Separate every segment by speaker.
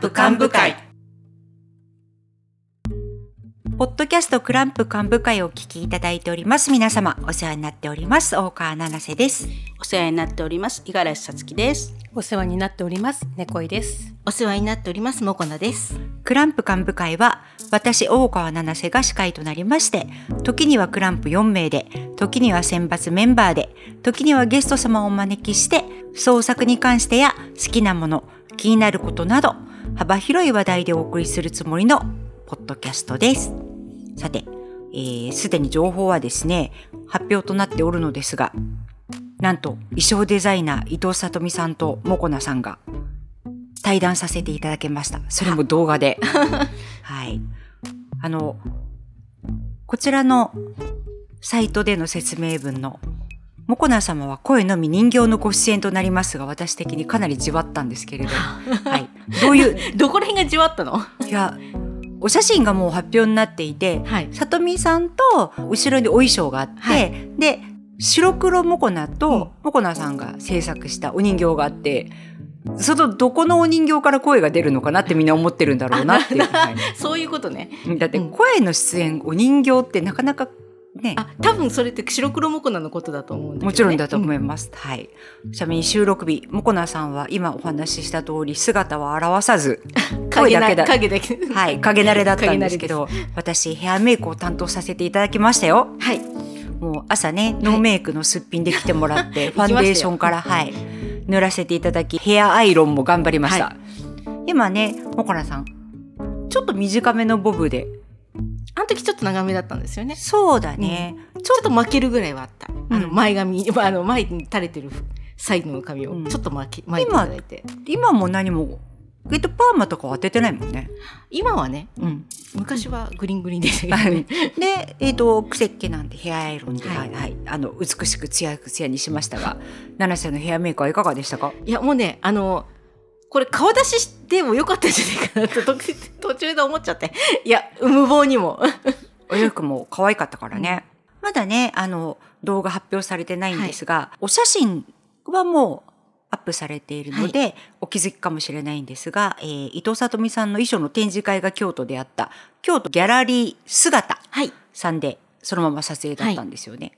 Speaker 1: プ幹部会ポッドキャストクランプ幹部会をお聞きいただいております皆様お世話になっております大川七瀬です
Speaker 2: お世話になっております五十嵐さつきです
Speaker 3: お世話になっております猫井です
Speaker 4: お世話になっておりますもこなです
Speaker 1: クランプ幹部会は私大川七瀬が司会となりまして時にはクランプ4名で時には選抜メンバーで時にはゲスト様をお招きして創作に関してや好きなもの気になることなど幅広い話題でお送りするつもりのポッドキャストですさてすで、えー既に情報はですね発表となっておるのですがなんと衣装デザイナー伊藤さとみさんともこなさんが対談させていただきましたそれも動画ではいあのこちらのサイトでの説明文のもこな様は声のみ人形のご出演となりますが私的にかなりじわったんですけれど、はい、どういう
Speaker 2: どこら辺がじわったの
Speaker 1: いやお写真がもう発表になっていて
Speaker 2: はい
Speaker 1: さとみさんと後ろにお衣装があって、
Speaker 2: は
Speaker 1: で白黒モコナ
Speaker 2: うん
Speaker 1: とモコナさんが制作したお人形があってそのどこのお人形から声が出るのかなってみんな思ってるんだろうなっていう、はい
Speaker 2: そういうことね
Speaker 1: だって声の出演お人形ってなかなかね
Speaker 2: あ多分それって白黒モコナのことだと思うんだけど、ね、
Speaker 1: もちろんだと思
Speaker 2: う
Speaker 1: います。はい。ちなみに収録日、モコナさんは今お話しした通り姿は表さず、声
Speaker 2: 影
Speaker 1: だけ
Speaker 2: な
Speaker 1: だ。
Speaker 2: 影だけ
Speaker 1: はい、影慣れだったんですけ
Speaker 2: 影慣
Speaker 1: ど、私ヘアメイクを担当させていただきましたよ。
Speaker 2: はい
Speaker 1: もう朝ね、ノーメイクのすっぴんで来てもら って、フ
Speaker 2: ました
Speaker 1: ァ
Speaker 2: よ
Speaker 1: ンデーションから、はい、塗らせていただき、ヘアアイロンも頑張りました。
Speaker 2: は
Speaker 1: 今ね、もこなさん、ちょっと短めのボブで。
Speaker 2: あの時ちょっと長めだったんですよね
Speaker 1: そうだね。
Speaker 2: ちょっと負けるぐらいはあった、あの
Speaker 1: うん
Speaker 2: 前髪あの前に垂れてるサイドの髪
Speaker 1: う
Speaker 2: を
Speaker 1: ん
Speaker 2: ちょっと巻き巻いていただいて
Speaker 1: 今も何も、えっと、パーマとかは当ててないもんね。
Speaker 2: 今はね
Speaker 1: うん。
Speaker 2: 昔はグリングリンでしたけ
Speaker 1: は
Speaker 2: ど、
Speaker 1: い で、えっ、と、癖っ気なんでヘアアイロンで、
Speaker 2: は
Speaker 1: はいい、はいあの、美しくツヤツヤにしましたが、七瀬のヘアメイクはいかがでしたか
Speaker 2: いやもうねあのこれ顔出ししてもよかったんじゃないかなと途中途中で思っちゃっていや無謀にも
Speaker 1: お洋服も可愛かったからね。まだね、あの、動画発表されてないんですが、お写真はもうアップされているので、お気づきかもしれないんですが、えー伊藤さとみさんの衣装の展示会が京都であった、京都ギャラリー姿
Speaker 2: はい
Speaker 1: さんで、そのまま撮影だったんですよね。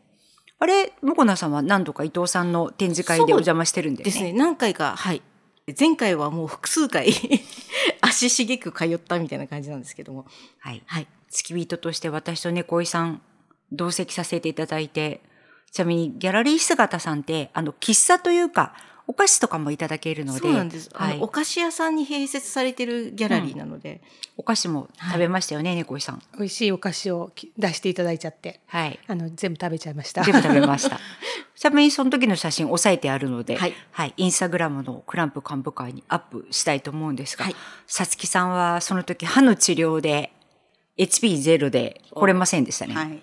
Speaker 1: あれ、もこなさんは何度か伊藤さんの展示会でお邪魔してるんだよ
Speaker 2: ですね何回かはい前回はもう複数回 足しげく通ったみたいな感じなんですけども
Speaker 1: はい。
Speaker 2: はい
Speaker 1: 付き人として私と猫井さん同席させていただいて、ちなみにギャラリー姿さんって、あの、喫茶というか、お菓子とかもいただけるので、
Speaker 2: そうなんです、
Speaker 1: は
Speaker 2: あ
Speaker 1: い
Speaker 2: のお、菓子屋さんに併設されてるギャラリーなので、
Speaker 1: お菓子も食べましたよね、猫井さん。
Speaker 3: 美味しいお菓子をき出していただいちゃって
Speaker 1: はい。
Speaker 3: あの全部食べちゃいました
Speaker 1: 全部食べま した。ちなみにその時の写真押さえてあるので、
Speaker 2: はい
Speaker 1: インスタグラムのクランプ幹部会にアップしたいと思うんですが
Speaker 2: はい、
Speaker 1: さつきさんはその時歯の治療で、HP0 で来れませんでしたね。
Speaker 4: い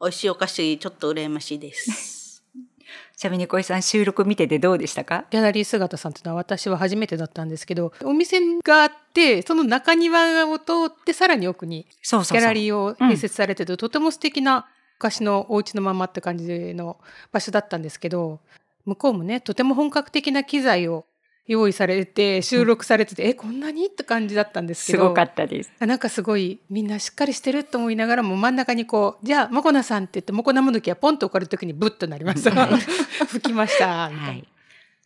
Speaker 4: 美味しいお菓子ちょっと羨ましいです
Speaker 1: ちなみに猫井さん収録見ててどうでしたか
Speaker 3: ギャラリー姿さんっていうのは私は初めてだったんですけどお店があってその中庭を通ってさらに奥に
Speaker 1: そうそうそう。
Speaker 3: ギャラリーを併設されてて、とても素敵な昔のお家のままって感じの場所だったんですけど向こうもねとても本格的な機材を用意されて収録されてて、えこんなにって感じだったんですけ
Speaker 1: す
Speaker 3: ど
Speaker 1: ごかったです。
Speaker 3: あなんかすごいみんなしっかりしてると思いながらも真ん中にこう「じゃあモコナさん」って言ってモコナもどきがポンと置かれる時にブッとなりました
Speaker 1: はい
Speaker 3: 吹きましたみたいな、
Speaker 1: はい。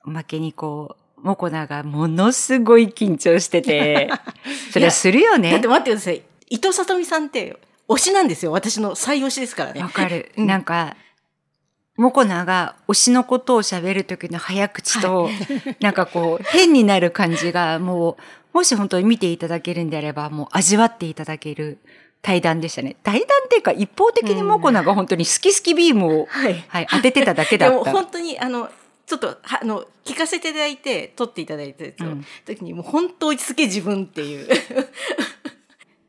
Speaker 1: おまけにこう、モコナがものすごい緊張して て、それはするよ
Speaker 2: だっ
Speaker 1: ね
Speaker 2: て。待ってください伊藤さとみさんって推しなんですよ私の最推しですからね
Speaker 1: わかる。
Speaker 2: うん
Speaker 1: なんか、モコナが推しのことを喋る時の早口と、なんかこう、変になる感じが、もう、もし本当に見ていただけるんであれば、もう味わっていただける対談でしたね。対談っていうか、一方的にモコナが本当に好き好きビームを、
Speaker 2: はい
Speaker 1: はい、当ててただけ
Speaker 2: で
Speaker 1: だっ
Speaker 2: も
Speaker 1: た。
Speaker 2: 本当にあのちょっとはあの聞かせていただいて撮っていただいたやつ
Speaker 1: う
Speaker 2: を、
Speaker 1: ん
Speaker 2: 時にもう本当落ち着け自分っていう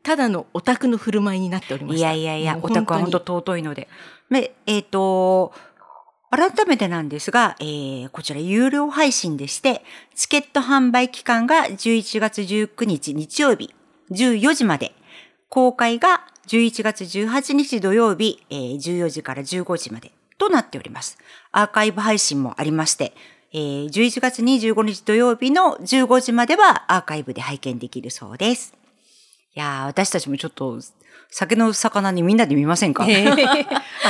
Speaker 2: ただのオタクの振る舞いになっておりました
Speaker 1: いやいやいや
Speaker 2: も、う
Speaker 1: オタクは
Speaker 2: 本
Speaker 1: 本
Speaker 2: 当
Speaker 1: 当尊
Speaker 2: に
Speaker 1: いので。でえっ、と、改めてなんですが、えーこちら有料配信でして、チケット販売期間が11月19日日曜日14時まで、公開が11月18日土曜日、えー14時から15時までとなっております。アーカイブ配信もありまして、えー11月25日土曜日の15時まではアーカイブで拝見できるそうです。いやー、私たちもちょっと、酒の魚にみんなで見ませんか、
Speaker 3: えー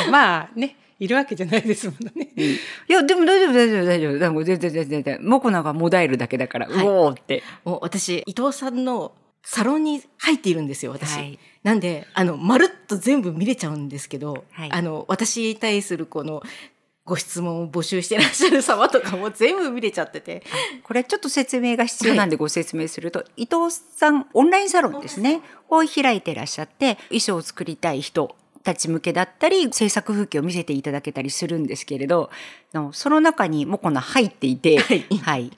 Speaker 3: あ まあねいるわけじゃないですものね。
Speaker 1: いや、でも大丈夫、大丈夫、大丈夫。でも全然、全然、全然。モコナがもだえるだけだから、
Speaker 2: はいう
Speaker 1: おーって。
Speaker 2: もう私伊藤さんのサロンに入っているんですよ私、
Speaker 1: はい
Speaker 2: なんであのまるっと全部見れちゃうんですけど、
Speaker 1: はい
Speaker 2: あの私に対するこのご質問を募集してらっしゃる様とかも全部見れちゃってて
Speaker 1: これちょっと説明が必要なんでご説明すると、伊藤さんオンラインサロンですねを開いてらっしゃって衣装を作りたい人たち向けだったり制作風景を見せていただけたりするんですけれどのその中にもこの入っていて、
Speaker 2: はい
Speaker 1: はい、
Speaker 2: 入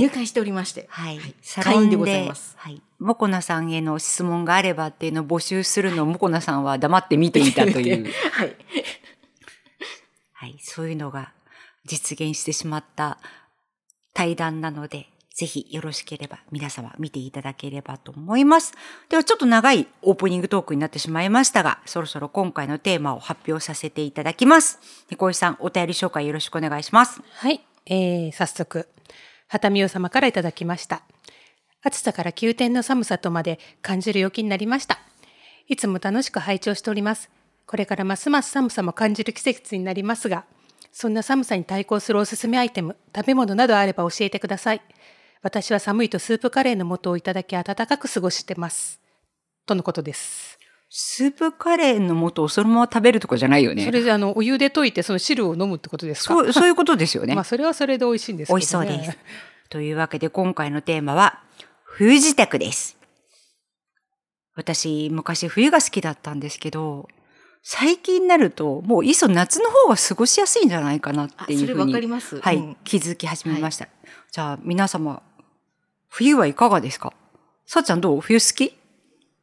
Speaker 1: で、
Speaker 2: 会しておりまして、
Speaker 1: はい、
Speaker 2: 会員でございます
Speaker 1: はい、もこなさんへの質問があればっていうのを募集するのをもこなさんは黙って見ていたと いう、
Speaker 2: はい、
Speaker 1: はい、そういうのが実現してしまった対談なので、ぜひよろしければ皆様見ていただければと思います。ではちょっと長いオープニングトークになってしまいましたが、そろそろ今回のテーマを発表させていただきます。猫井さん、お便り紹介よろしくお願いします。
Speaker 3: はい、えー、早速畑美代様からいただきました暑さから急転の寒さとまで感じる陽気になりましたいつも楽しく拝聴しておりますこれからますます寒さも感じる季節になりますがそんな寒さに対抗するおすすめアイテム食べ物などあれば教えてください私は寒いとスープカレーの素をいただき温かく過ごしてますとのことです、
Speaker 1: スープカレーの素をそのまま食べるとかじゃないよね。
Speaker 3: それであのお湯で溶いてその汁を飲むってことですか
Speaker 1: そうそういうことですよね。
Speaker 3: まあそれはそれで美味しいんですけど
Speaker 1: 美
Speaker 3: ね
Speaker 1: 味しそうです。というわけで今回のテーマは、冬支度です。私、昔冬が好きだったんですけど、最近になると、もういっそ夏の方が過ごしやすいんじゃないかなっ
Speaker 2: あ
Speaker 1: ていう
Speaker 2: そ
Speaker 1: ふ
Speaker 2: れ
Speaker 1: う
Speaker 2: わ
Speaker 1: に、
Speaker 2: かります、
Speaker 1: は
Speaker 2: うん
Speaker 1: い、気づき始めました。じゃあ皆様、冬はいかがですかさっちゃんどう冬好き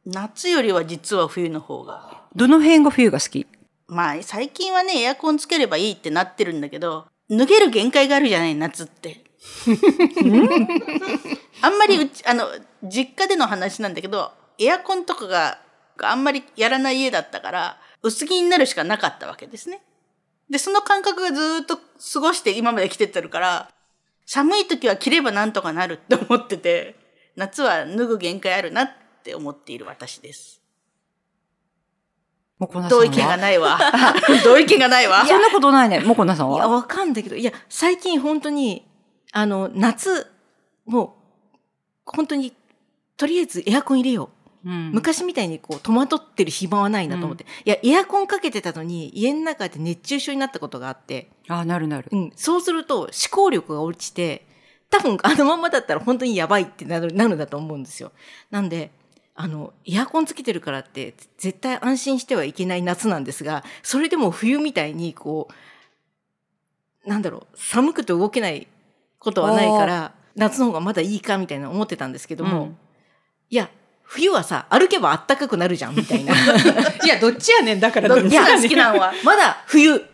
Speaker 4: 夏よりは実は冬の方が。
Speaker 1: どの辺が冬が好き
Speaker 4: まあ、最近はね、エアコンつければいいってなってるんだけど、脱げる限界があるじゃない、夏って。あんまりうち、あの、実家での話なんだけど、エアコンとかがあんまりやらない家だったから、薄着になるしかなかったわけですね。で、その感覚がずーっと過ごして今まで来てってるから、寒い時は着ればなんとかなるって思ってて、夏は脱ぐ限界あるなって思っている私です。
Speaker 1: もこなさん
Speaker 4: 同
Speaker 1: は
Speaker 4: 意見がないわ。 同意見がな いわ。
Speaker 1: そんなことないね。もこなさん
Speaker 2: いや、
Speaker 1: は
Speaker 2: わかんだけど、いや、最近本当に、あの、夏、もう、本当に、とりあえずエアコン入れよう。
Speaker 1: 昔
Speaker 2: 昔みたいにこう、戸惑ってる暇はないなと思って。いや、エアコンかけてたのに、家の中で熱中症になったことがあって、
Speaker 1: あ、なるなる。
Speaker 2: うん、そうすると思考力が落ちて、多分あのままだったら本当にやばいってなる、なるんだと思うんですよ。なんで、あの、エアコンつけてるからって、絶対安心してはいけない夏なんですが、それでも冬みたいにこう、なんだろう、寒くて動けないことはないから、夏の方がまだいいかみたいな思ってたんですけども、
Speaker 1: うん
Speaker 2: いや、冬はさ、歩けば暖かくなるじゃんみたいな。
Speaker 3: いやどっちやねんだから
Speaker 4: どっちが
Speaker 3: ね
Speaker 4: 好
Speaker 3: ん
Speaker 4: きなんは。
Speaker 2: まだ冬、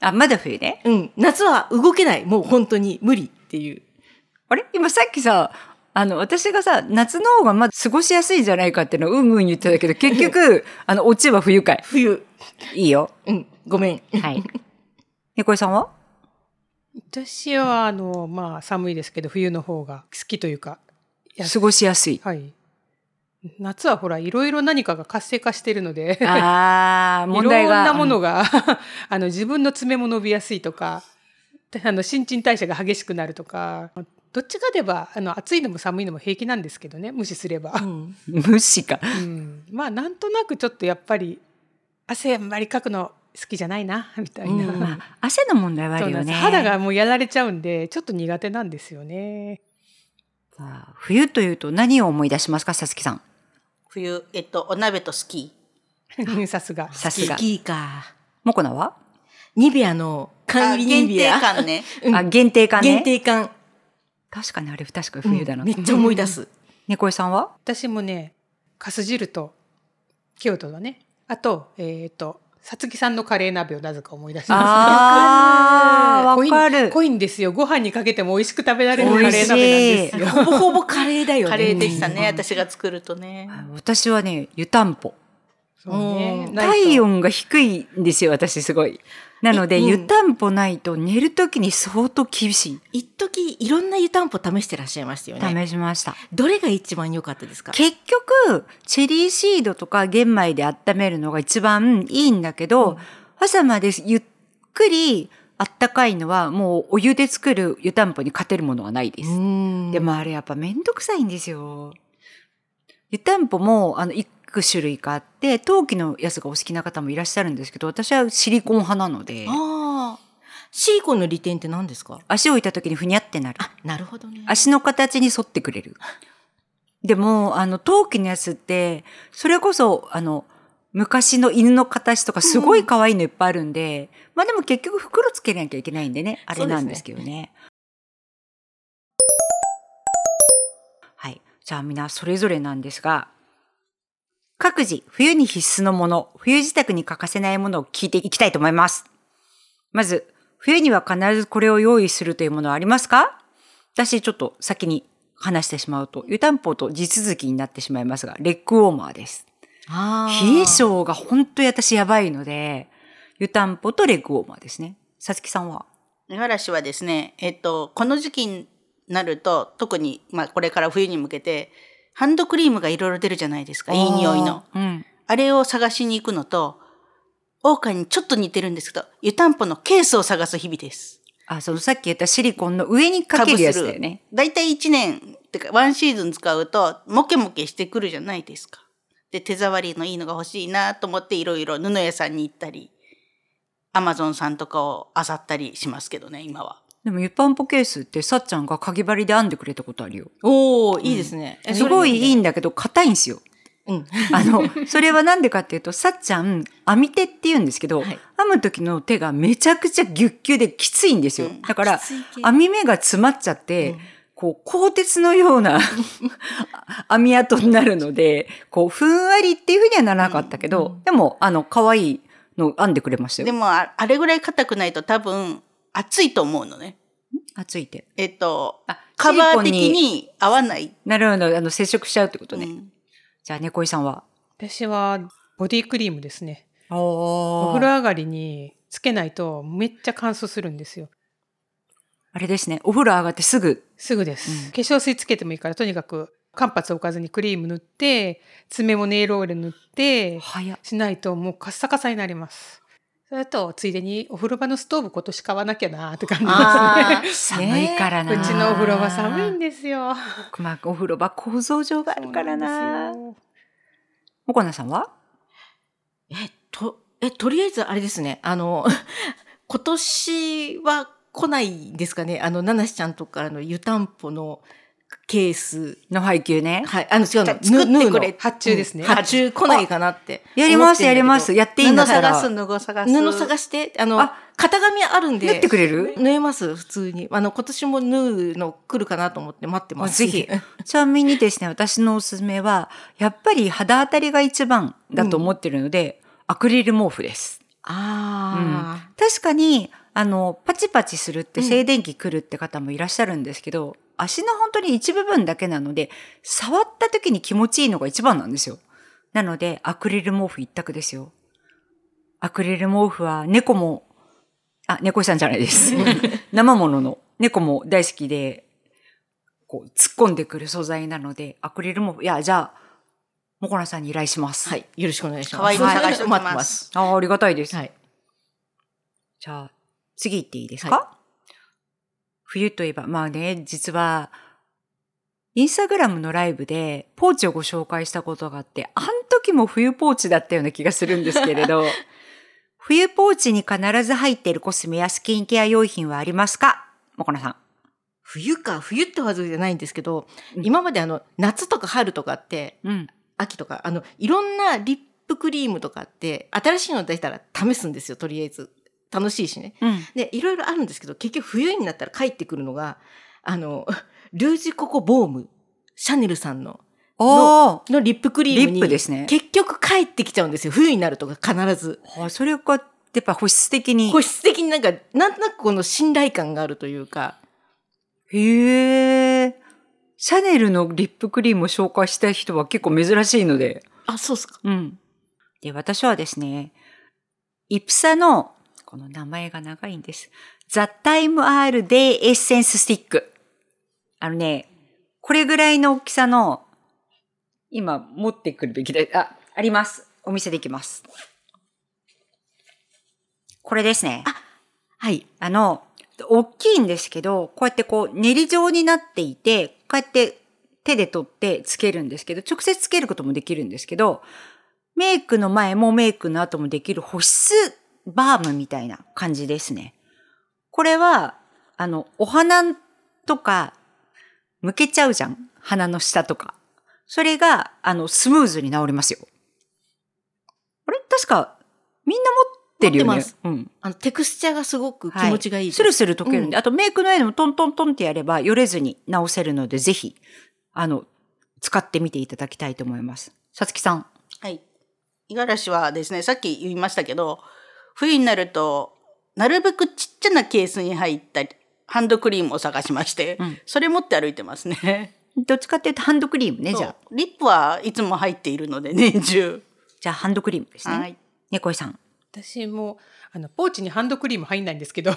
Speaker 1: あ、まだ冬ね。
Speaker 2: うん、夏は動けない、もう本当に無理っていう。
Speaker 1: あれ今さっきさ、あの、私がさ、夏の方がまだ過ごしやすいんじゃないかっていうのをうんうん言ってたけど、結局、あの、オチは冬かい。
Speaker 2: 冬。
Speaker 1: いいよ。
Speaker 2: うん、ごめん。
Speaker 1: はい。猫井さんは
Speaker 3: 私はあのまあ寒いですけど冬の方が好きというかいや
Speaker 1: 過ごしやすい。
Speaker 3: はい夏はほらいろいろ何かが活性化してるのでい
Speaker 1: あー、
Speaker 3: ろ
Speaker 1: 問
Speaker 3: ん
Speaker 1: 題が。
Speaker 3: なものが あの自分の爪も伸びやすいとかであの新陳代謝が激しくなるとかどっちかではあの暑いのも寒いのも平気なんですけどね無視すれば、
Speaker 2: うん
Speaker 1: うん。無視か。
Speaker 3: うんまあなんとなくちょっとやっぱり汗あんまりかくの好きじゃないなみたいな。
Speaker 2: うん
Speaker 1: まあ、汗の問題はあ
Speaker 3: そう
Speaker 1: る
Speaker 3: な
Speaker 1: よ
Speaker 3: んで
Speaker 1: ね。
Speaker 3: す肌がもうやられちゃうんでちょっと苦手なんですよね。
Speaker 1: さあ。冬というと何を思い出しますか、さつきさん。
Speaker 4: 冬、えっと、お鍋とスキ
Speaker 3: さすが。
Speaker 1: さすが
Speaker 2: ス。キーか。
Speaker 1: もこなは、
Speaker 2: ニベアの
Speaker 4: ー。
Speaker 2: 缶
Speaker 4: あ
Speaker 2: 入りニ
Speaker 4: 限
Speaker 2: ベ
Speaker 4: 定
Speaker 2: ア。
Speaker 4: 感 ね。
Speaker 2: うん
Speaker 1: あ、限定かね。
Speaker 2: 限定缶。
Speaker 1: 確かにあれ、確かに冬だな。
Speaker 2: うんめっちゃ思い出す。
Speaker 1: 猫井さんは
Speaker 3: 私もね、カス汁と京都のね、あとえっ、とさつきさんのカレー鍋をなぜか思い出しま
Speaker 1: あー、
Speaker 3: す。濃
Speaker 1: わ
Speaker 3: い
Speaker 1: かる。
Speaker 3: 濃いんですよ。ご飯にかけても美味しく食べられるカ
Speaker 1: 美
Speaker 3: レ
Speaker 1: 味しい
Speaker 3: ー鍋なんですよ。
Speaker 2: ほぼほ ぼカレーだよね。
Speaker 4: カレーでしたね、
Speaker 2: うん
Speaker 4: 私が作るとね。
Speaker 1: 私はね、湯たんぽ。
Speaker 3: そうね
Speaker 2: うん
Speaker 3: ないと
Speaker 1: 体温が低いんですよ、私すごい。なので、
Speaker 2: いうん
Speaker 1: 湯たんぽないと寝るときに相当厳し
Speaker 2: 一時いろんな湯たんぽ試してらっしゃいましたよ
Speaker 1: い。
Speaker 2: ね。
Speaker 1: 試しました。
Speaker 2: どれが一番良かったですか
Speaker 1: 結局、チェリーシードとか玄米で温めるのが一番いいんだけど、朝までゆっくりあったかいのはもうお湯で作る湯たんぽに勝てるものはないです。
Speaker 2: うん
Speaker 1: でもあれやっぱめんどくさいんですよ。湯たんぽも、あの、いく種類かあって、陶器のやつがお好きな方もいらっしゃるんですけど、私はシリコン派なので、
Speaker 2: ああ。シーコンの利点って何ですか
Speaker 1: 足を置いた時にふにゃってなる。
Speaker 2: あ、なるほどね。
Speaker 1: 足の形に沿ってくれる。でも、あの、陶器のやつって、それこそ、あの、昔の犬の形とかすごい可愛いのいっぱいあるんで、まあでも結局袋つけなきゃいけないんでね、あれなんですけどね。はい。じゃあみんなそれぞれなんですが、各自、冬に必須のもの、冬支度に欠かせないものを聞いていきたいと思います。まず、冬には必ずこれを用意するというものはありますか私ちょっと先に話してしまうと、湯たんぽと地続きになってしまいますが、レッグウォーマーです。
Speaker 2: あー
Speaker 1: 冷え性が本当に私やばいので、湯たんぽとレッグウォーマーですね。さつきさんは
Speaker 4: 五十嵐はですね、えっと、この時期になると、特に、まあ、これから冬に向けて、ハンドクリームがいろいろ出るじゃないですか、いい匂いの。
Speaker 1: うん。
Speaker 4: あれを探しに行くのと、オーカにちょっと似てるんですけど、湯たんぽのケースを探す日々です。
Speaker 1: あ、そのさっき言ったシリコンの上にかけるやつだよね。
Speaker 4: だいたい1年、てか、ワンシーズン使うと、モケモケしてくるじゃないですか。で、手触りのいいのが欲しいなと思って、いろいろ布屋さんに行ったり、アマゾンさんとかを漁ったりしますけどね、今は。
Speaker 1: でも湯たんぽケースってさっちゃんがかぎ針で編んでくれたことあるよ。
Speaker 2: おおいいですね。え
Speaker 1: すごいいい
Speaker 2: そ
Speaker 1: んだけど硬いんですよ。
Speaker 2: れいいね。
Speaker 1: あの、それはなんでかっていうと、さっちゃん、編み手って言うんですけど、
Speaker 2: はい
Speaker 1: 編む時の手がめちゃくちゃギュッギュできついんですよ。
Speaker 4: うん
Speaker 1: だから
Speaker 2: きつい、系
Speaker 1: 編み目が詰まっちゃって、こう、鋼鉄のような 編み跡になるので、こう、ふんわりっていうふうにはならなかったけど、でも、あの、可愛いの編んでくれました
Speaker 4: で
Speaker 1: よ。
Speaker 4: もあ、あれぐらい硬くないと多分、熱いと思うのね。
Speaker 1: 熱い手。
Speaker 4: えっと、
Speaker 1: あ
Speaker 4: カバー
Speaker 1: シ
Speaker 4: 的
Speaker 1: リコン
Speaker 4: に合わない。
Speaker 1: なるほど、あの、接触しちゃうってこと
Speaker 4: う
Speaker 1: ね。
Speaker 4: ん
Speaker 1: じゃあ、猫井さんは
Speaker 3: 私はボディクリームですね。お
Speaker 1: お
Speaker 3: 風呂上がりにつけないとめっちゃ乾燥するんですよ。
Speaker 1: あれですね、お風呂上がってすぐ、
Speaker 3: すぐです、化粧水つけてもいいからとにかく間髪置かずにクリーム塗って爪もネイルオイル塗って
Speaker 1: 早っ
Speaker 3: しないともうカッサカサになります。それとついでにお風呂場のストーブ今年買わなきゃなーっ て感じですね。
Speaker 2: あー
Speaker 1: 寒いからな。
Speaker 3: うちのお風呂場寒いんですよ。
Speaker 1: まあ、お風呂場構造上があるからな。
Speaker 3: そうなんですよ
Speaker 1: もこなさんは
Speaker 2: え、と、え、とりあえずあれですね。あの、 今年は来ないんですかね。あの、ナナシちゃんとこからの湯たんぽのケース。
Speaker 1: の配給ね。
Speaker 2: はい。あの、違うの。
Speaker 4: じゃあ作ってくれ
Speaker 2: 縫うの
Speaker 3: 発注ですね。
Speaker 2: 発注来ないかなって。
Speaker 1: やります、やります。
Speaker 2: 布
Speaker 1: やっていいんだ
Speaker 4: 布
Speaker 1: った
Speaker 4: 探す、
Speaker 1: ら。
Speaker 4: 布探す。
Speaker 2: 探して、あの、
Speaker 1: あ
Speaker 2: 型紙あるんで。
Speaker 1: 縫ってくれる
Speaker 2: 縫えます普通にあの今年も縫うの来るかなと思って待ってます
Speaker 1: あぜひちなみにですね、私のおすすめは、やっぱり肌当たりが一番だと思ってるので、アクリル毛布です。
Speaker 2: あ
Speaker 1: 確かに、あの、パチパチするって
Speaker 2: うん
Speaker 1: 静電気来るって方もいらっしゃるんですけど、足の本当に一部分だけなので、触った時に気持ちいいのが一番なんですよ。なので、アクリル毛布一択ですよ。アクリル毛布は猫も、あ、猫さんじゃない です。生物の猫も大好きで、こう、突っ込んでくる素材なので、アクリル毛布、いや、じゃあ、もこなさんに依頼します。
Speaker 2: あはいよろしくお願いします
Speaker 4: 可愛いの探しておき
Speaker 2: 待って
Speaker 4: ま
Speaker 2: ますす。
Speaker 1: あーありがたいです。
Speaker 2: はい
Speaker 1: じゃあ、次行っていいですか、冬といえば、まあね、実は、インスタグラムのライブでポーチをご紹介したことがあって、あん時も冬ポーチだったような気がするんですけれ ど、冬ポーチに必ず入っているコスメやスキンケア用品はありますかもこなさん。
Speaker 2: 冬か冬ってはずじゃないんですけど、
Speaker 1: うん
Speaker 2: 今まであの夏とか春とかって
Speaker 1: うん。
Speaker 2: 秋とかあのいろんなリップクリームとかって新しいの出たら試すんですよとりあえず楽しいしね
Speaker 1: うん。
Speaker 2: でいろいろあるんですけど結局冬になったら帰ってくるのがあの ルージュココボームシャネルさんの
Speaker 1: おー
Speaker 2: のリップクリー
Speaker 1: リ
Speaker 2: ム
Speaker 1: ッ
Speaker 2: に
Speaker 1: プですね。
Speaker 2: 結局帰ってきちゃうんですよ冬になるとか必ず
Speaker 1: あそれが、やっぱ保湿的に。
Speaker 2: 保湿的になんかなんとなくこの信頼感があるというか
Speaker 1: へえ。シャネルのリップクリームを紹介した人は結構珍しいので。
Speaker 2: あそうっすか
Speaker 1: うん。で、私はですね、イプサの、この名前が長いんです。ザ・タイム・アール・デイ・エッセンス・スティック。あのね、これぐらいの大きさの、今持ってくるべきだ。あ、あります。お見せできます。これですね。
Speaker 2: はい。
Speaker 1: あの、大きいんですけど、こうやってこう練り状になっていて、こうやって手で取ってつけるんですけど、直接つけることもできるんですけど、メイクの前もメイクの後もできる保湿バームみたいな感じですね。これは、あの、お花とか、むけちゃうじゃん鼻の下とか。それが、あの、スムーズに治りますよ。あれ確か、みんな持ってるよね。
Speaker 2: 持ってます
Speaker 1: うん。
Speaker 2: あの、テクスチャーがすごく気持ちがいいです。
Speaker 1: スルスル溶けるんで、あとメイクの絵でもトントントンってやれば、よれずに直せるので、ぜひ、あの、使ってみていただきたいと思います。さつきさん。
Speaker 4: はい。五十嵐はですね、さっき言いましたけど、冬になると、なるべくちっちゃなケースに入ったハンドクリームを探しまして、
Speaker 1: うん
Speaker 4: それ持って歩いてますね。
Speaker 1: どっちかっていうとハンドクリームね、じゃあ
Speaker 4: そう。リップはいつも入っているので、年中。
Speaker 1: じゃあハンドクリームですね。
Speaker 4: はい。
Speaker 1: 猫井さん。
Speaker 3: 私もあのポーチにハンドクリーム入んないんですけど、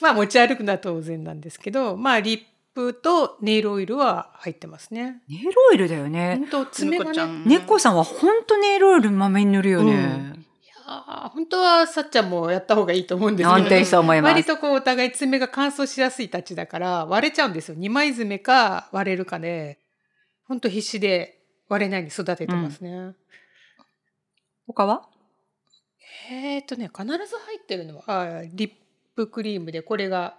Speaker 3: まあ持ち歩くのは当然なんですけどまあリップとネイルオイルは入ってますね。
Speaker 1: ネイルオイルだよね。
Speaker 3: 本当爪が
Speaker 4: 猫ちゃ
Speaker 3: ね
Speaker 4: ん。
Speaker 1: 猫さんはほんとネイルオイルまめに塗るよね。
Speaker 3: あー本当はさっちゃんもやった方がいいと思うんです
Speaker 1: な
Speaker 3: け
Speaker 1: ん
Speaker 3: ど
Speaker 1: てそう思いま
Speaker 3: 割
Speaker 1: す。
Speaker 3: とこうお互い爪が乾燥しやすいたちだから割れちゃうんですよ2枚爪か割れるかで本当必死で割れないように育ててますね。
Speaker 1: 他は
Speaker 3: えーとね必ず入ってるのはあーリップクリームでこれが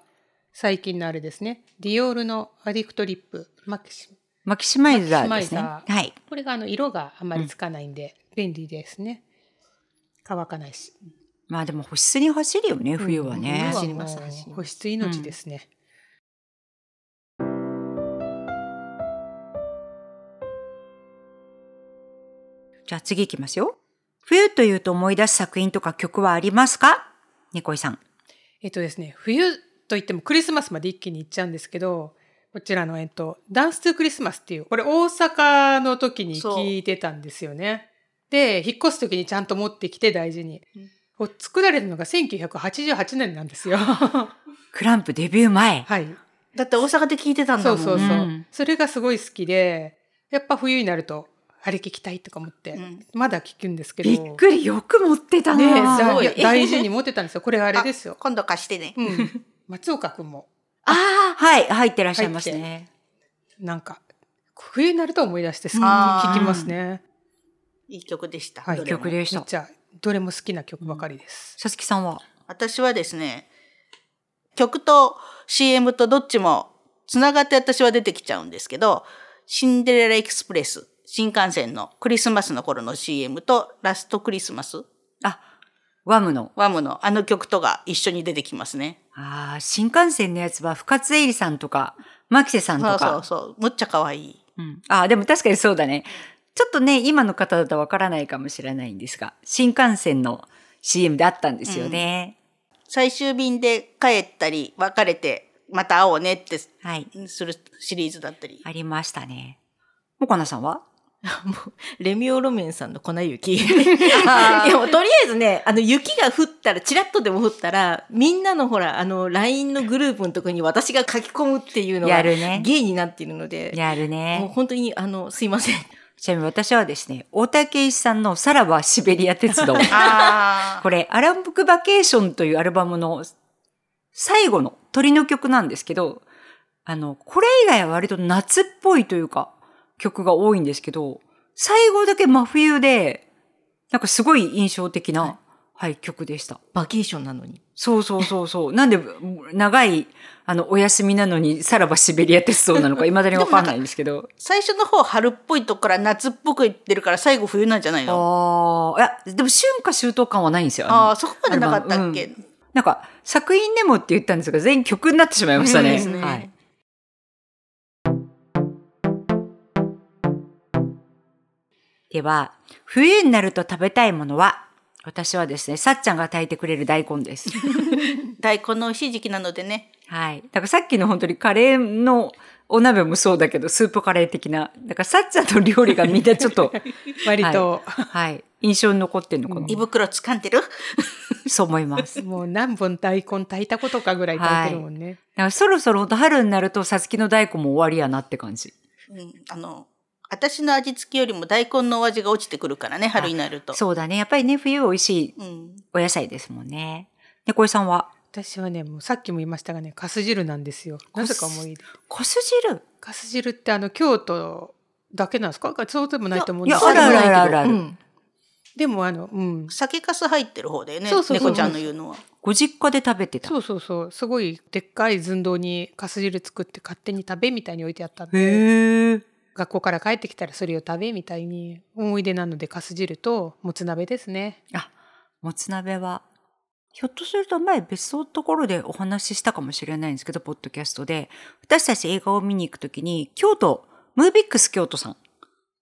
Speaker 3: 最近のあれですねディオールのアディクトリップマキシム
Speaker 1: マキシマイザーですね。
Speaker 3: マ
Speaker 1: は
Speaker 3: キシ
Speaker 1: い。
Speaker 3: これがあの色があんまりつかないんで便利ですね、乾かないし
Speaker 1: まあでも保湿に走るよね、冬は
Speaker 3: うん
Speaker 1: ね。
Speaker 3: 冬
Speaker 2: 走ります
Speaker 3: もう
Speaker 2: 走ります
Speaker 3: 保湿命ですね、
Speaker 1: じゃあ次行きますよ。冬というと思い出す作品とか曲はありますか猫井さん。
Speaker 3: えっとですね冬といってもクリスマスまで一気に行っちゃうんですけどこちらの、えっと、ダンス・トゥ・クリスマスっていうこれ大阪の時に
Speaker 4: そう
Speaker 3: 聞いてたんですよね。で引っ越す時にちゃんと持ってきて大事に。こう作られたのが1988年なんです よ。は
Speaker 1: クランプデビュー前。
Speaker 3: い。
Speaker 4: だって大阪で聞いてたんだ
Speaker 3: そ
Speaker 4: も
Speaker 3: うんそうそう。
Speaker 1: うん
Speaker 3: それがすごい好きでやっぱ冬になるとあれ聞きたいとか思って、
Speaker 4: うん
Speaker 3: まだ聞くんですけど。
Speaker 1: びっくりよく持ってた
Speaker 3: ね
Speaker 1: な。
Speaker 4: す
Speaker 3: だ
Speaker 4: ごい
Speaker 3: いや大事に持ってたんですよ。これあれですよ。
Speaker 4: 今度貸してね。
Speaker 3: うん。 松岡君も
Speaker 1: ああ、はい、入ってらっしゃいますね。
Speaker 3: なんか冬になると思い出して好き
Speaker 4: うん
Speaker 3: 聞きますね。
Speaker 4: いい曲でした。
Speaker 3: は
Speaker 4: ど
Speaker 3: い
Speaker 4: れも
Speaker 1: 曲でし。
Speaker 3: めったちゃどれも好きな曲ばかりです。
Speaker 1: さつきさんは
Speaker 4: 私はですね、曲と CM とどっちもつながって私は出てきちゃうんですけど、シンデレラエクスプレス、新幹線のクリスマスの頃の CM とラストクリスマス、
Speaker 1: あ、ワムの。
Speaker 4: ワムのあの曲とが一緒に出てきますね。
Speaker 1: ああ、新幹線のやつは深津絵里さんとか、マキセさんと
Speaker 4: そう
Speaker 1: か。
Speaker 4: そうそう、むっちゃ可愛い。
Speaker 1: うん、ああ、でも確かにそうだね。ちょっとね、今の方だとわからないかもしれないんですが、新幹線の CM であったんですよね。
Speaker 4: 最終便で帰ったり、別れて、また会おうねって
Speaker 1: はい、
Speaker 4: するシリーズだったり。
Speaker 1: ありましたね。もかなさんは
Speaker 2: もう、レミオロメンさんの粉雪。 いや、もうとりあえずね、あの、雪が降ったら、ちらっとでも降ったら、みんなのほら、あの、LINE のグループのとこに私が書き込むっていうの
Speaker 1: や
Speaker 2: が、
Speaker 1: るね。
Speaker 2: 芸になっているので、
Speaker 1: やるね。
Speaker 2: もう本当に、あの、すいません。
Speaker 1: ちなみに私はですね、大竹一さんのさらばシベリア鉄 道。
Speaker 4: あ
Speaker 1: これ、アランブクバケーションというアルバムの最後の鳥の曲なんですけど、あの、これ以外は割と夏っぽいというか、曲が多いんですけど、最後だけ真冬で、なんかすごい印象的な、はい、曲でした。
Speaker 2: バケーションなのに。
Speaker 1: そうそうそうそう。 なんで、長い、あの、お休みなのに、さらばシベリア鉄道なのか、未だにわかんないんですけ ど。
Speaker 4: 最初の方春っぽいとこから夏っぽくいってるから最後冬なんじゃないの
Speaker 1: ああ、いや、でも春夏秋冬感はないんですよ。
Speaker 4: あ
Speaker 1: の
Speaker 4: あ、そこまでなかったっけ、
Speaker 1: アルなんか、作品メモって言ったんですが、全曲になってしまいましたね。
Speaker 4: うんですね
Speaker 1: はい。では、冬になると食べたいものは、私はですね、さっちゃんが炊いてくれる大根です。
Speaker 4: 大根の美味しい時期なのでね。
Speaker 1: はい。だからさっきの本当にカレーのお鍋もそうだけど、スープカレー的な。だから、さっちゃんの料理がみんなちょっ と、
Speaker 3: 割と、
Speaker 1: はい、印象に残ってんのかな
Speaker 4: 胃。袋掴んでる
Speaker 1: そう思います。
Speaker 3: もう何本大根炊いたことかぐらい炊いてるもんね。
Speaker 1: だからそろそろ本当春になると、さつきの大根も終わりやなって感じ。
Speaker 4: うん、あの私の味付けよりも大根のお味が落ちてくるからね春になると
Speaker 1: そうだね。やっぱりね、冬美味しい
Speaker 4: うん、
Speaker 1: お野菜ですもんね。猫井さんは
Speaker 3: 私はね、もうさっきも言いましたがね、カス汁なんですよ。なぜか思い出。
Speaker 1: コス汁
Speaker 3: カス汁ってあの、京都だけなんですかそうでもないと思うん
Speaker 1: い
Speaker 3: で
Speaker 1: や、
Speaker 3: すけ
Speaker 1: ある
Speaker 3: ど。
Speaker 1: あるあるあるあ
Speaker 2: う
Speaker 1: る。
Speaker 2: ん、
Speaker 3: でもあの、うん。
Speaker 4: 酒粕入ってる方だよね
Speaker 3: そうそうそう
Speaker 4: 猫ちゃんの言うのは
Speaker 1: ご実家で食べてた。
Speaker 3: そうそうそう。すごいでっかい寸胴にカス汁作って勝手に食べみたいに置いてあったんで。
Speaker 1: へえ。
Speaker 3: 学校から帰ってきたらそれを食べみたいに思い出なのでかす汁ともつ鍋ですね
Speaker 1: あ、もつ鍋は、ひょっとすると前別のところでお話ししたかもしれないんですけど、ポッドキャストで、私たち映画を見に行くときに、京都、ムービックス京都さん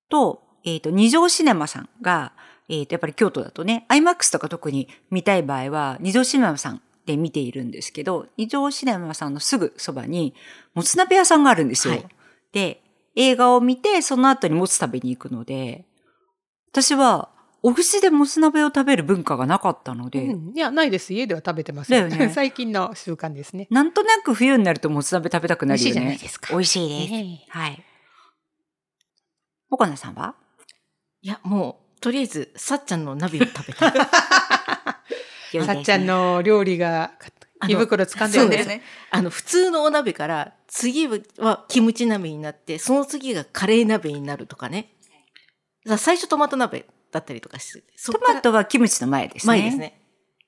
Speaker 1: と、えっ、と、二条シネマさんが、えっ、と、やっぱり京都だとね、IMAX とか特に見たい場合は、二条シネマさんで見ているんですけど、二条シネマさんのすぐそばに、もつ鍋屋さんがあるんですよ。
Speaker 2: はい
Speaker 1: で、映画を見て、その後にもつ食べに行くので、私は、お家でもつ鍋を食べる文化がなかったので、
Speaker 3: うんいやないです家では食べてません、
Speaker 1: だよね
Speaker 3: 最近の習慣ですね
Speaker 1: なんとなく冬になるともつ鍋食べたくなるよね。
Speaker 3: 美味しいじゃないですか
Speaker 1: 美味しいです。
Speaker 3: ね
Speaker 1: はい。岡野さんはい
Speaker 2: やもうとりあえずさっちゃんの鍋を食べた
Speaker 1: 良いです
Speaker 3: さ
Speaker 1: ね
Speaker 3: っちゃんの料理が
Speaker 2: あの
Speaker 3: 胃袋掴んで
Speaker 4: そ
Speaker 3: る
Speaker 4: うんで
Speaker 3: ですす
Speaker 4: ね
Speaker 2: あの普通のお鍋から次はキムチ鍋になってその次がカレー鍋になるとかねだから最初トマト鍋だったりとかしてそ
Speaker 1: ト
Speaker 2: っから
Speaker 1: マトはキムチの前ですね。
Speaker 2: 前です。ね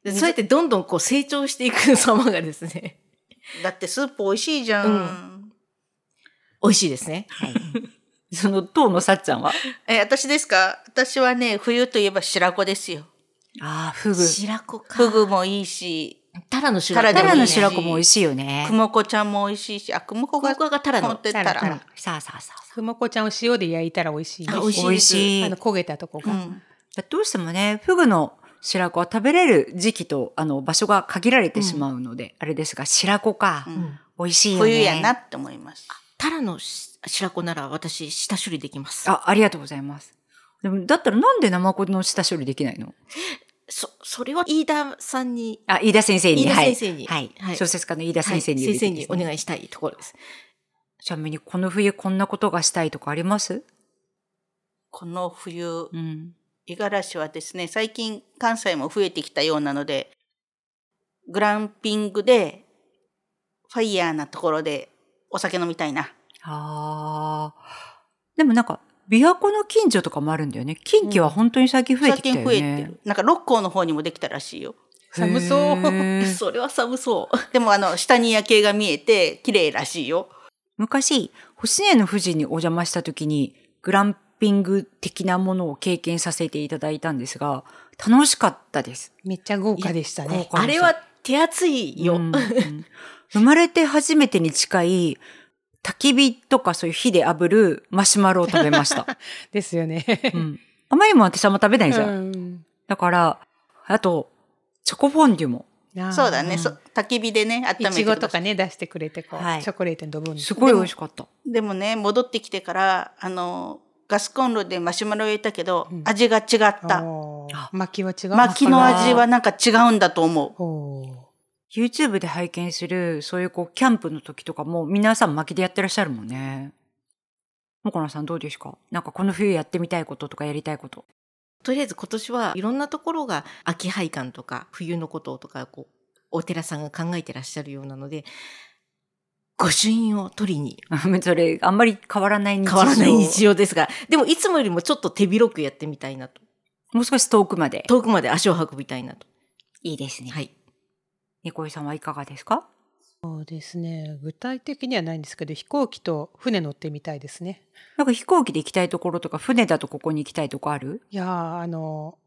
Speaker 2: でそうやってどんどんこう成長していく様がですね
Speaker 4: だってスープ美味しいじゃん、
Speaker 2: 美味しいですね
Speaker 1: はい。その当のさっちゃんは
Speaker 4: え私ですか私はね冬といえば白子ですよ
Speaker 1: ああ、フグ。
Speaker 2: 白子か
Speaker 4: フグもいいし
Speaker 2: タラの白子
Speaker 4: タ
Speaker 1: タラ
Speaker 4: ラ
Speaker 1: の
Speaker 4: の
Speaker 1: 白
Speaker 4: 白
Speaker 1: 子
Speaker 4: 子
Speaker 1: も
Speaker 4: も
Speaker 1: 美
Speaker 4: 美
Speaker 1: 味
Speaker 4: 味
Speaker 1: しいよね
Speaker 4: く。もこちゃんも美味しいしあくもこ
Speaker 2: こ
Speaker 4: が
Speaker 2: こがタラ
Speaker 4: 持っ
Speaker 2: の
Speaker 4: てった
Speaker 3: タラ
Speaker 4: ら、
Speaker 1: さあさあさあさ
Speaker 3: ふもこちゃんを塩で焼いたら美味しい
Speaker 2: あ
Speaker 3: あ
Speaker 2: 美味しい
Speaker 1: 美味しい
Speaker 3: の焦げたとこ
Speaker 4: う
Speaker 3: が、
Speaker 4: ん、
Speaker 1: あ。どうしてもね、フグの白子は食べれる時期とあの場所が限られてしまうので、あれですが、白子か。
Speaker 4: うん
Speaker 2: うん
Speaker 1: 美味しいよね。
Speaker 4: 冬やな。って思います
Speaker 2: タラのし白子なら私下処理できます
Speaker 1: あ、ありがとうございます。でも、だったらなんで生子の下処理できないの
Speaker 2: そそれは飯田さんに
Speaker 1: あ、飯田先生に。
Speaker 2: 飯田
Speaker 1: はい
Speaker 2: 先生に
Speaker 1: はい。
Speaker 2: はい
Speaker 1: 小説家の飯田先生に、
Speaker 2: はい先生にお
Speaker 1: い。
Speaker 2: 願いしたいところです
Speaker 1: ちなみに、この冬こんなことがしたいとかあります
Speaker 4: この冬
Speaker 1: うん。
Speaker 4: 五十嵐はですね最近関西も増えてきたようなのでグランピングでファイヤーなところでお酒飲みたいな
Speaker 1: ああ。でもなんか、琵琶湖の近所とかもあるんだよね。近畿は本当に最近増えてきたよね。
Speaker 4: 最近増えてるなんか六甲の方にもできたらしいよ
Speaker 3: 寒そう
Speaker 1: へー
Speaker 2: それは寒そう
Speaker 4: でもあの下に夜景が見えて綺麗らしいよ
Speaker 1: 昔、星根の富士にお邪魔した時に、グランピング的なものを経験させていただいたんですが、楽しかったです。
Speaker 3: めっちゃ豪華でした
Speaker 1: 豪
Speaker 3: ね
Speaker 1: 華
Speaker 2: あれは手厚いよ、
Speaker 1: うんうん生まれて初めてに近い焚き火とかそういう火で炙るマシュマロを食べま した。
Speaker 3: ですよね、
Speaker 1: うん、甘いもん私あんま食べないじゃん。
Speaker 3: うん
Speaker 1: だから、あと、チョコフォンデュも、
Speaker 3: あー
Speaker 4: そうだねそ焚き火でね温
Speaker 3: い
Speaker 4: めて
Speaker 3: ち
Speaker 4: くだ
Speaker 3: ご
Speaker 4: さ
Speaker 3: とかね出してくれてこう、
Speaker 1: はい
Speaker 3: チョコレートにドボンに
Speaker 1: すごい美味しかった。
Speaker 4: でもね戻ってきてからあのガスコンロでマシュマロを焼いたけど、
Speaker 3: うん
Speaker 4: 味が違った
Speaker 3: おー
Speaker 1: あ
Speaker 3: 薪は違う
Speaker 4: 薪の味はなんか違うんだと思う
Speaker 3: おー
Speaker 1: YouTube で拝見する、そういうこう、キャンプの時とかも、皆さん巻きでやってらっしゃるもんね。もこなさんどうですかなんかこの冬やってみたいこととかやりたいこと。
Speaker 2: とりあえず今年はいろんなところが秋拝観とか冬のこととかこうお寺さんが考えてらっしゃるようなので御朱印を取りに
Speaker 1: それ、あんまり変わらない日常
Speaker 2: 変わらない日常ですがでもいつもよりもちょっと手広くやってみたいなと
Speaker 1: もう少し遠くまで。
Speaker 2: 遠くまで足を運びたいなと
Speaker 1: いいですね。
Speaker 2: はい
Speaker 1: 猫井さんはいかがですか
Speaker 3: そうですね具体的にはないんですけど飛行機と船乗ってみたいですね
Speaker 1: なんか飛行機で行きたいところとか、船だとここに行きたいとこある
Speaker 3: いやーあの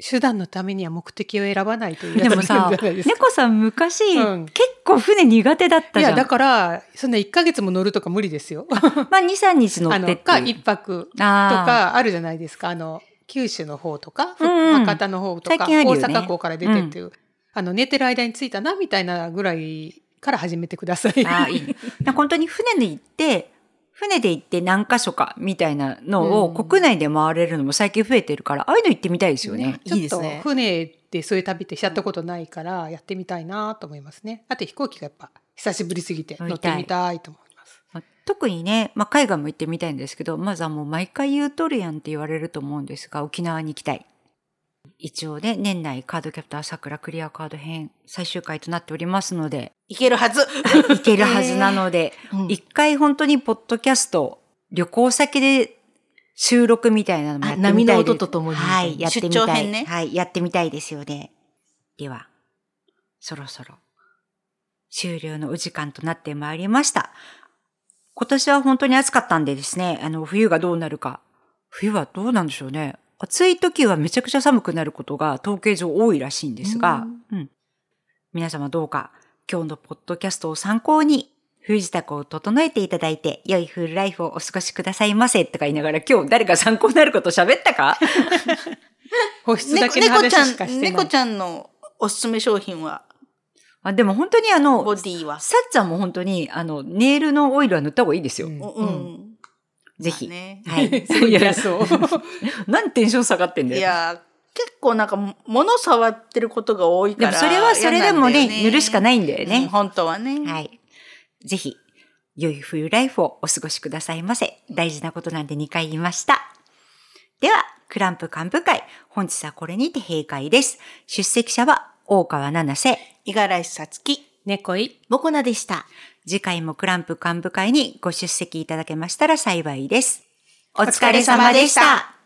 Speaker 3: 手段のためには目的を選ばないという
Speaker 1: でもさ
Speaker 3: やつじゃないですか
Speaker 1: 猫さん昔、
Speaker 3: うん
Speaker 1: 結構船苦手だった
Speaker 3: い
Speaker 1: じゃん。
Speaker 3: やだからそんな1ヶ月も乗るとか無理ですよ。
Speaker 1: まあ、2、3日乗
Speaker 3: あ
Speaker 1: ってってい
Speaker 3: の
Speaker 1: う。
Speaker 3: か1泊と
Speaker 1: あ
Speaker 3: かあるじゃないですかあの九州の方とか、ふ
Speaker 1: うん
Speaker 3: 博多の方とか、
Speaker 1: 最近あ
Speaker 3: 大
Speaker 1: るよね
Speaker 3: 阪港から出てっていう、あの寝てる間に着いたなみたいなぐらいから始めてください。
Speaker 1: あーいい。な本当に船で行って、船で行って何箇所かみたいなのを
Speaker 2: うん
Speaker 1: 国内で回れるのも最近増えてるから、ああいうの行ってみたいですよね。
Speaker 2: いいですね
Speaker 3: ちょっと船でそういう旅ってしちゃったことないからやってみたいなと思いますね。あと飛行機がやっぱ久しぶりすぎて
Speaker 1: 乗
Speaker 3: 乗
Speaker 1: り
Speaker 3: った
Speaker 1: い
Speaker 3: てみたいと思います。
Speaker 1: まあ特にね、まあ、海外も行ってみたいんですけど、まずはもう毎回言うとるやんって言われると思うんですが、沖縄に行きたい。一応ね、年内カードキャプター桜クリアカード編最終回となっておりますので、
Speaker 4: いけるはず。
Speaker 1: 行けるはずなの で、
Speaker 2: うん
Speaker 1: 一回本当にポッドキャスト、旅行先で収録みたいなのもやってみたいです
Speaker 2: あ波の音とともに
Speaker 1: はい、やってみたい。
Speaker 4: 出張編ね
Speaker 1: はい、やってみたいですよね。では、そろそろ終了のお時間となってまいりました。今年は本当に暑かったんでですね、あの、冬がどうなるか。冬はどうなんでしょうね。暑い時はめちゃくちゃ寒くなることが統計上多いらしいんですが、うん、皆様どうか今日のポッドキャストを参考に、冬支度を整えていただいて、良いフルライフをお過ごしくださいませ、とか言いながら、今日誰か参考になること喋った か
Speaker 3: 保湿だ
Speaker 4: 猫
Speaker 3: けの
Speaker 4: 猫
Speaker 3: 話
Speaker 4: ちゃ
Speaker 3: しかし
Speaker 4: ん、
Speaker 3: てな
Speaker 4: 猫
Speaker 3: い
Speaker 4: ち。ゃんのおすすめ商品は、
Speaker 1: あでも本当にあの
Speaker 4: ボ、ディは。
Speaker 1: さっちゃんも本当に、あの、ネイルのオイルは塗った方がいいですよ。
Speaker 3: うん
Speaker 4: う
Speaker 3: うん
Speaker 4: ん。
Speaker 1: ぜひ。
Speaker 4: ま あね
Speaker 1: はい。
Speaker 3: そうい やそう。
Speaker 1: なんテンション下がってんだ
Speaker 4: い
Speaker 1: よ。
Speaker 4: や、結構なんか、物触ってることが多い
Speaker 1: でも
Speaker 4: から。
Speaker 1: それはそれでもね、塗るしか
Speaker 4: い
Speaker 1: ないんだよね。
Speaker 4: 本当はね。
Speaker 1: はい。ぜひ、良い冬ライフをお過ごしくださいませ。大事なことなんで2回言いました。では、クランプ幹部会、本日はこれにて閉会です。出席者は大川七瀬。
Speaker 4: 五十嵐さつき。
Speaker 3: 猫い。
Speaker 2: モコナでした。
Speaker 1: 次回もクランプ幹部会にご出席いただけましたら幸いです。お
Speaker 4: お
Speaker 1: 疲れ様でした。